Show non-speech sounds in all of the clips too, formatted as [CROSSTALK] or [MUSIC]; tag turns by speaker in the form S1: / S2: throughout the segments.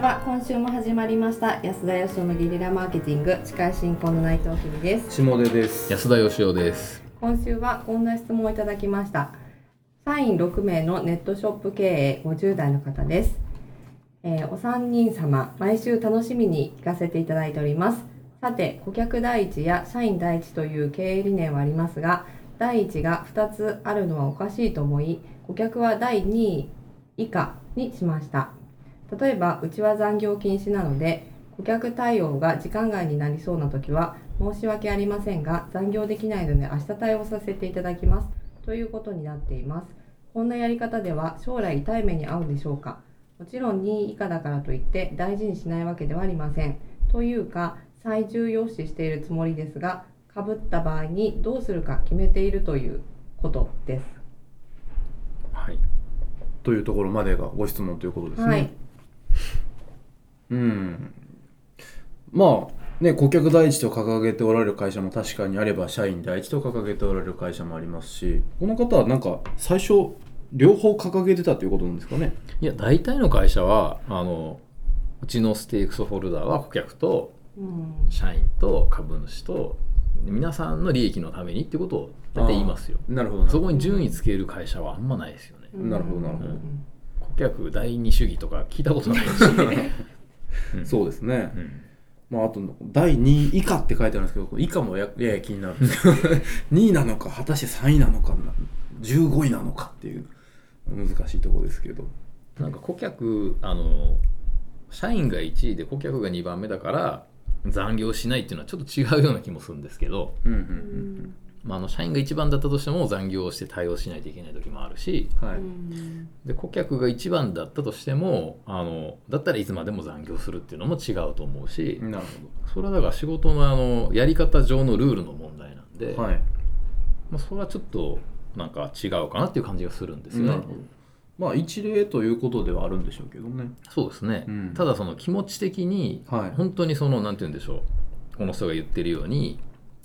S1: は今週も始まりました安田義生のゲリラマーケティング司会進行の内藤君です
S2: 下出です。
S3: 安田義雄です。
S1: 今週はこんな質問をいただきました社員6名のネットショップ経営50代の方です、えーお三人様毎週楽しみに聞かせていただいておりますさて顧客第一や社員第一という経営理念はありますが第一が2つあるのはおかしいと思い顧客は第2位以下にしました例えばうちは残業禁止なので顧客対応が時間外になりそうな時は申し訳ありませんが残業できないので明日対応させていただきますということになっていますこんなやり方では将来痛い目に遭うでしょうかもちろん2位以下だからといって大事にしないわけではありませんというか最重要視しているつもりですがかぶった場合にどうするか決めているということです
S3: はい。
S2: というところまでがご質問ということですね。
S1: はい、
S2: うん。まあ、ね、顧客第一と掲げておられる会社も確かにあれば、社員第一と掲げておられる会社もありますし、この方はなんか、最初、両方掲げてたということなんですかね。
S3: いや、大体の会社は、あの、うちのステークスホルダーは顧客と
S1: うん、
S3: 社員と株主と皆さんの利益のためにってことを大体言いますよ。
S2: なるほどな
S3: そこに順位つける会社はあんまないですよね。
S2: なるほどなるほ
S3: ど顧客第二主義とか聞いたことないし。 [LAUGHS] うん
S2: そうですね
S3: う。ん。
S2: まあ、あと、第2位以下って書いてあるんですけど、以下もややや気になるんですけど、2位な [LAUGHS] のか、果たして3位なのか、15位なのかっていう、難しいところですけど。
S3: なんか顧客、あの、社員が1位で顧客が2番目だから残業しないっていうのはちょっと違うような気もするんですけど。
S2: うんうんう
S1: うんん
S3: まあ、あの社員が一番だったとしても残業をして対応しないといけない時もあるし
S2: うん。はい。
S1: うん
S3: で顧客が一番だったとしてもあのだったらいつまでも残業するっていうのも違うと思うし
S2: なる
S3: それはだから仕事のあのやり方上のルールの問題なんで、
S2: ほど。はい。
S3: まあ、それはちょっとなんか違うかなっていう感じがするんですよ
S2: なる
S3: ね
S2: ほ。ど。まあ一例ということではあるんでしょうけどね。
S3: そうですね、
S2: うん
S3: ただその気持ち的に
S2: はい
S3: 本当にそのなんて言うんでしょうこの人が言ってるように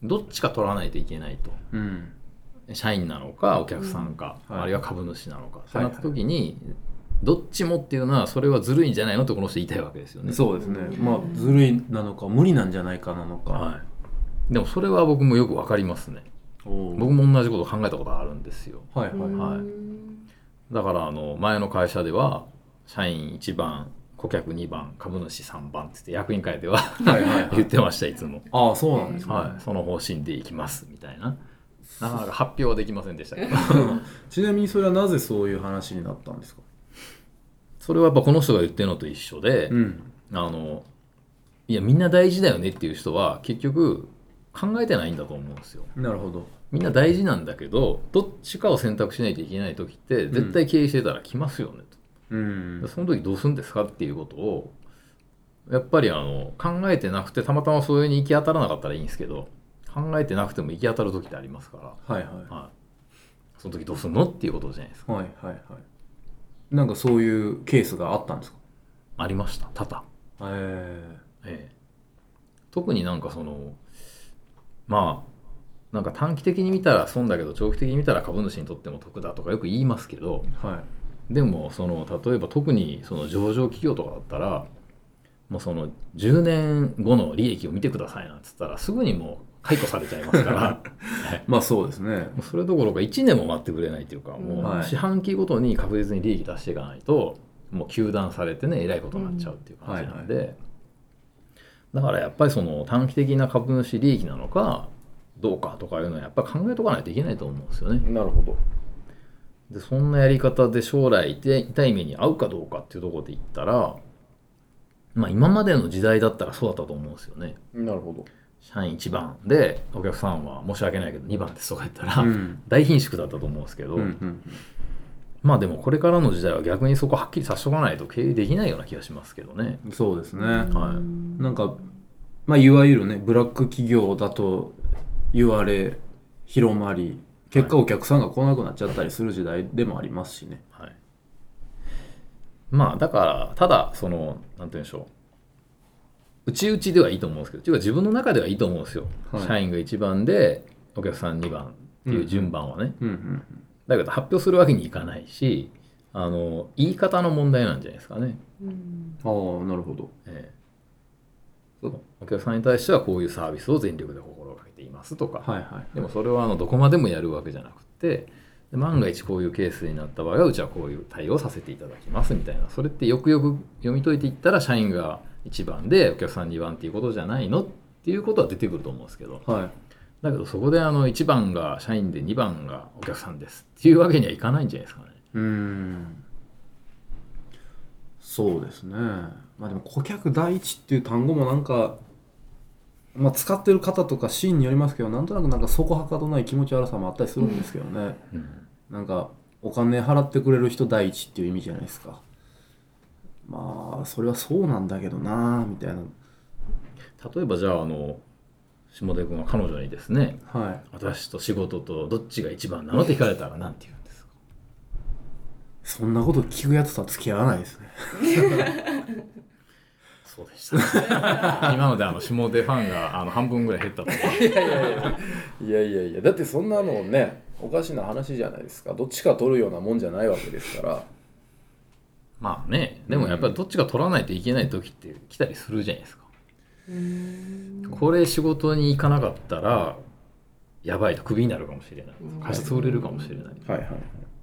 S3: どっちか取らないといけないと。
S2: うん。
S3: 社員なのかお客さんか、
S2: うんはい
S3: あるいは株主なのか、
S2: い
S3: そうなった時にどっちもっていうのはそれはずるいんじゃないのってこの人言いたいわけですよね。
S2: そうですね
S1: う。ん
S2: まあずるいなのか無理なんじゃないかなのか。
S3: はい、でもそれは僕もよくわかりますね
S2: おー
S3: 僕も同じことを考えたことがあるんですよ
S2: はいはいはい。
S3: はいだからあの前の会社では社員1番顧客2番株主3番って言って役員会では
S2: はいはいは [LAUGHS]
S3: 言っ
S2: い。
S3: てましたいつも、
S2: ああそうなんですね。
S3: はい、その方針でいきますみたい
S2: [LAUGHS]
S3: ななかなか発表はできませんでしたけど
S2: ちなみにそれはなぜそういう話になったんですか。
S3: それはやっぱこの人が言ってるのと一緒で、
S2: うん。
S3: あのいやみんな大事だよねっていう人は結局考えてないんだと思うんですよ
S2: なるほど。
S3: みんな大事なんだけどどっちかを選択しないといけない時って絶対経営してたら来ますよねと、
S2: うん
S3: で。その時どうするんですかっていうことをやっぱりあの考えてなくてたまたまそれに行き当たらなかったらいいんですけど考えてなくても行き当たる時ってありますか
S2: はいはい。
S3: ら、はい、その時どうするのっていうことじゃないですか
S2: はいはいはい。なんかそういうケースがあったんですか。
S3: ありました多々
S2: え
S3: ええ、特になんかそのまあなんか短期的に見たら損だけど長期的に見たら株主にとっても得だとかよく言いますけど
S2: えはい。
S3: でもその例えば特にその上場企業とかだったらもうその10年後の利益を見てくださいなんつったらすぐにもう解雇されちゃいますから
S2: まあそうですね。
S3: もうそれどころか1年も待ってくれないというかも
S2: はいう
S3: 四半期ごとに確実に利益出していかないともう糾弾されてねえらいことになっちゃうっていう感じなんで、
S2: うん
S3: だからやっぱりその短期的な株主利益なのかどうかとかいうのはやっぱり考えとかないといけないと思うんですよね。
S2: なるほど。
S3: でそんなやり方で将来痛い痛い目に遭うかどうかっていうところで言ったら、まあ、今までの時代だったらそうだったと思うんですよね。
S2: なるほど。
S3: 社員1番でお客さんは申し訳ないけど2番ですとか言ったら、
S2: うん。
S3: 大貧縮だったと思うんですけど、
S2: うんうん。
S3: まあでもこれからの時代は逆にそこはっきりさせとかないと経営できないような気がしますけどね。
S2: そうですね。
S3: はい
S1: い
S2: なんか、まあ、いわゆるねブラック企業だと言われ広まり結果
S3: は
S2: お客さんが来なくなっちゃったりする時代でもありますしね。
S3: はい、まあだからただそのなんて言うんでしょううちうちではいいと思うんですけどていうか自分の中ではいいと思うんですよ、
S2: はい
S3: 社員が1番でお客さん2番っていう順番はね、
S2: うん
S3: だけど発表するわけにいかないしああの言い方の問題なんじゃないですかね。
S1: うん
S2: ああなるほど
S3: ええそうお客さんに対してはこういうサービスを全力で心がけていますとか、
S2: はいはい
S3: でもそれはあのどこまでもやるわけじゃなくてで万が一こういうケースになった場合はうちはこういう対応をさせていただきますみたいなそれってよくよく読み解いていったら社員が1番でお客さん2番っていうことじゃないのっていうことは出てくると思うんですけど
S2: はい
S3: だけどそこであの1番が社員で2番がお客さんですっていうわけにはいかないんじゃないですかね。
S2: うーんそうですねまあでも顧客第一っていう単語もなんかまあ使ってる方とかシーンによりますけどなんとなくなんかそこはかとない気持ち悪さもあったりするんですけどね、
S3: うん
S2: なんかお金払ってくれる人第一っていう意味じゃないですかまあそれはそうなんだけどなみたいな
S3: 例えばじゃああの下出君は彼女にですね
S2: はい
S3: 私と仕事とどっちが一番なのって聞かれたら何て言うんですか
S2: そんなこと聞くやつとは付き合わないですね
S3: そうでした、 [LAUGHS] 今のであの下手ファンがあの半分ぐらい減ったと思う
S2: いやいやいやだってそんなのねおかしな話じゃないですかどっちか取るようなもんじゃないわけですから
S3: [LAUGHS] まあねでもやっぱりどっちが取らないといけない時って来たりするじゃないですか
S1: うん
S3: これ仕事に行かなかったらやばいとクビになるかもしれない
S1: うん
S3: 会社潰れるかもしれない
S2: はいはい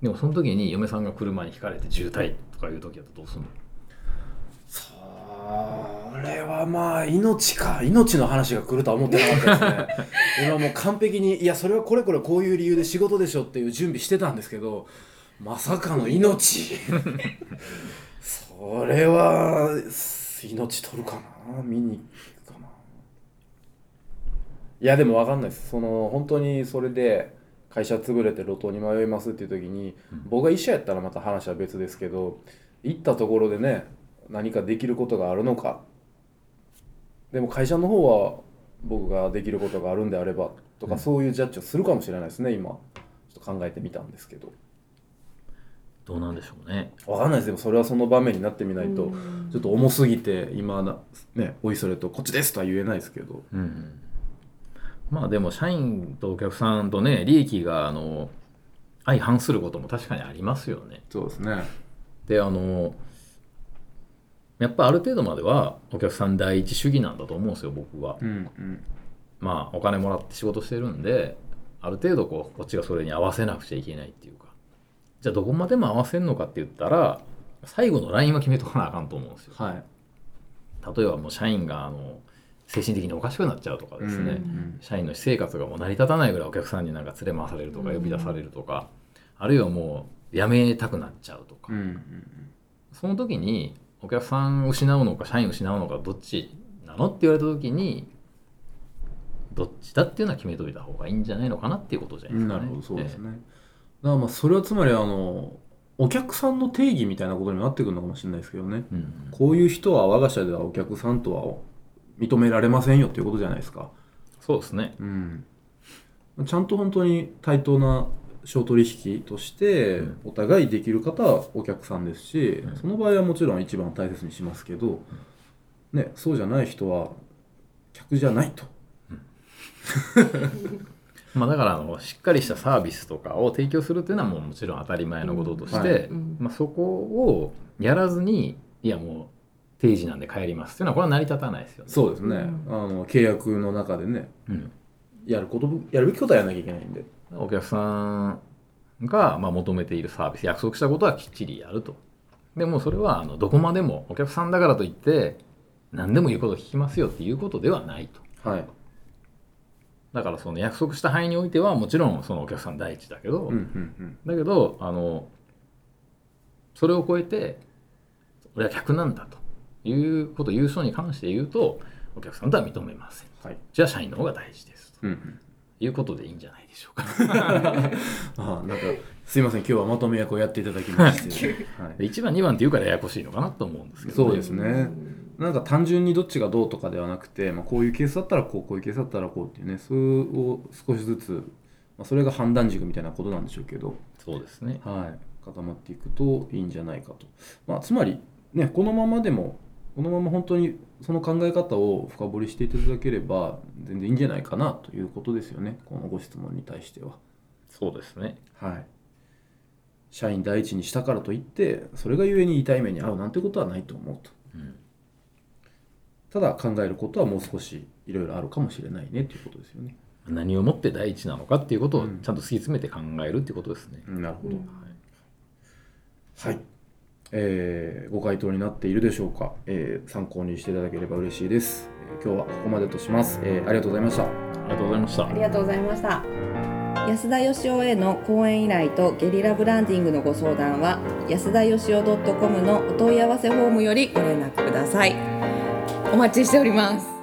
S3: でもその時に嫁さんが車にひかれて渋滞とかいう時だとどうするの
S2: それはまあ命か命の話が来るとは思ってなかったですね [LAUGHS] 今もう完璧にいやそれはこれこれこういう理由で仕事でしょっていう準備してたんですけどまさかの命 [LAUGHS] それは命取るかな見に行くかないやでも分かんないですその本当にそれで会社潰れて路頭に迷いますっていう時に、
S3: うん
S2: 僕が医者やったらまた話は別ですけど行ったところでね何かできることがあるのかでも会社の方は僕ができることがあるんであればとか、
S3: うん
S2: そういうジャッジをするかもしれないですね今ちょっと考えてみたんですけど
S3: どうなんでしょうね
S2: 分かんないですでもそれはその場面になってみないと、ちょっと重すぎて今なねおいそれとこっちですとは言えないですけど
S3: うんまあでも社員とお客さんとね利益があの相反することも確かにありますよね
S2: そうですね
S3: であのやっぱある程度まではお客さん第一主義なんだと思うんですよ僕は
S2: うんうん
S3: まあお金もらって仕事してるんである程度こうこっちがそれに合わせなくちゃいけないっていうかじゃあどこまでも合わせんのかって言ったら最後のラインは決めとかなあかんと思うんですよ
S2: はい
S3: 例えばもう社員があの精神的におかしくなっちゃうとかですね、
S1: うん
S3: 社員の私生活がもう成り立たないぐらいお客さんになんか連れ回されるとか
S1: うん
S3: 呼び出されるとか、あるいはもう辞めたくなっちゃうとか、
S2: うんうん
S3: その時にお客さんを失うのか社員を失うのかどっちなのって言われた時にどっちだっていうのは決めといた方がいいんじゃないのかなっていうことじゃないですか
S2: な
S3: ね。
S2: るほどそうですね、だからまあそれはつまりあのお客さんの定義みたいなことになってくるのかもしれないですけどね
S3: ええうん
S2: こういう人は我が社ではお客さんとは認められませんよっていうことじゃないですか
S3: そうですね。
S2: うんちゃんと本当に対等な商取引として
S3: うん
S2: お互いできる方はお客さんですし、
S3: うん
S2: その場合はもちろん一番大切にしますけど、ね、そうじゃない人は客じゃないと
S3: まあ、だからあのしっかりしたサービスとかを提供するっていうのはもうもちろん当たり前のこととして、
S2: うんは
S1: うん
S3: まあ、そこをやらずにいやもう定時なんで帰りますっていうのはこれは成り立たないですよね。
S2: そうですね、
S1: うん
S2: あの契約の中でね
S3: うん
S2: やることやるべきことはやらなきゃいけないんで
S3: お客さんがまあ求めているサービス約束したことはきっちりやるとでもそれはあのどこまでもお客さんだからといって何でも言うこと聞きますよっていうことではないと
S2: はい、
S3: だからその約束した範囲においてはもちろんそのお客さん第一だけど、
S2: うんうん
S3: だけどあのそれを超えて俺は客なんだということ優勝に関して言うとお客さんとは認めません
S2: はい
S3: じゃあ社員の方が大事です
S2: う
S3: と
S2: んうん、
S3: いうことでいいんじゃないでしょうか
S2: ああなんかすいません今日はまとめ役をやっていただきま [LAUGHS] して、はい、
S3: 1番2番って言うからややこしいのかなと思うんですけど、
S2: そうですねなんか単純にどっちがどうとかではなくて、まあ、こういうケースだったらこうこういうケースだったらこうっていうねそれを少しずつ、まあ、それが判断軸みたいなことなんでしょうけど、
S3: そうですね。
S2: はい、固まっていくといいんじゃないかと、まあ、つまり、ね、このままでもこのまま本当にその考え方を深掘りしていただければ全然いいんじゃないかなということですよねこのご質問に対しては。
S3: そうですね。
S2: はい。社員第一にしたからといってそれが故に痛い目に遭うなんてことはないと思うと
S3: うん
S2: ただ考えることはもう少しいろいろあるかもしれないねということですよね。
S3: 何をもって第一なのかっていうことをちゃ
S2: うんん
S3: と突き詰めて考えるっていうことですね。
S2: なるほど、
S4: うん
S2: はい、えーご回答になっているでしょうか、えー参考にしていただければ嬉しいです、えー今日はここまでとします、えーありがとうございました
S3: ありがとうございました
S4: あ。りがとうございました。
S1: 安田義雄への講演依頼とゲリラブランディングのご相談は安田義雄 .com のお問い合わせフォームよりご連絡くださいお待ちしております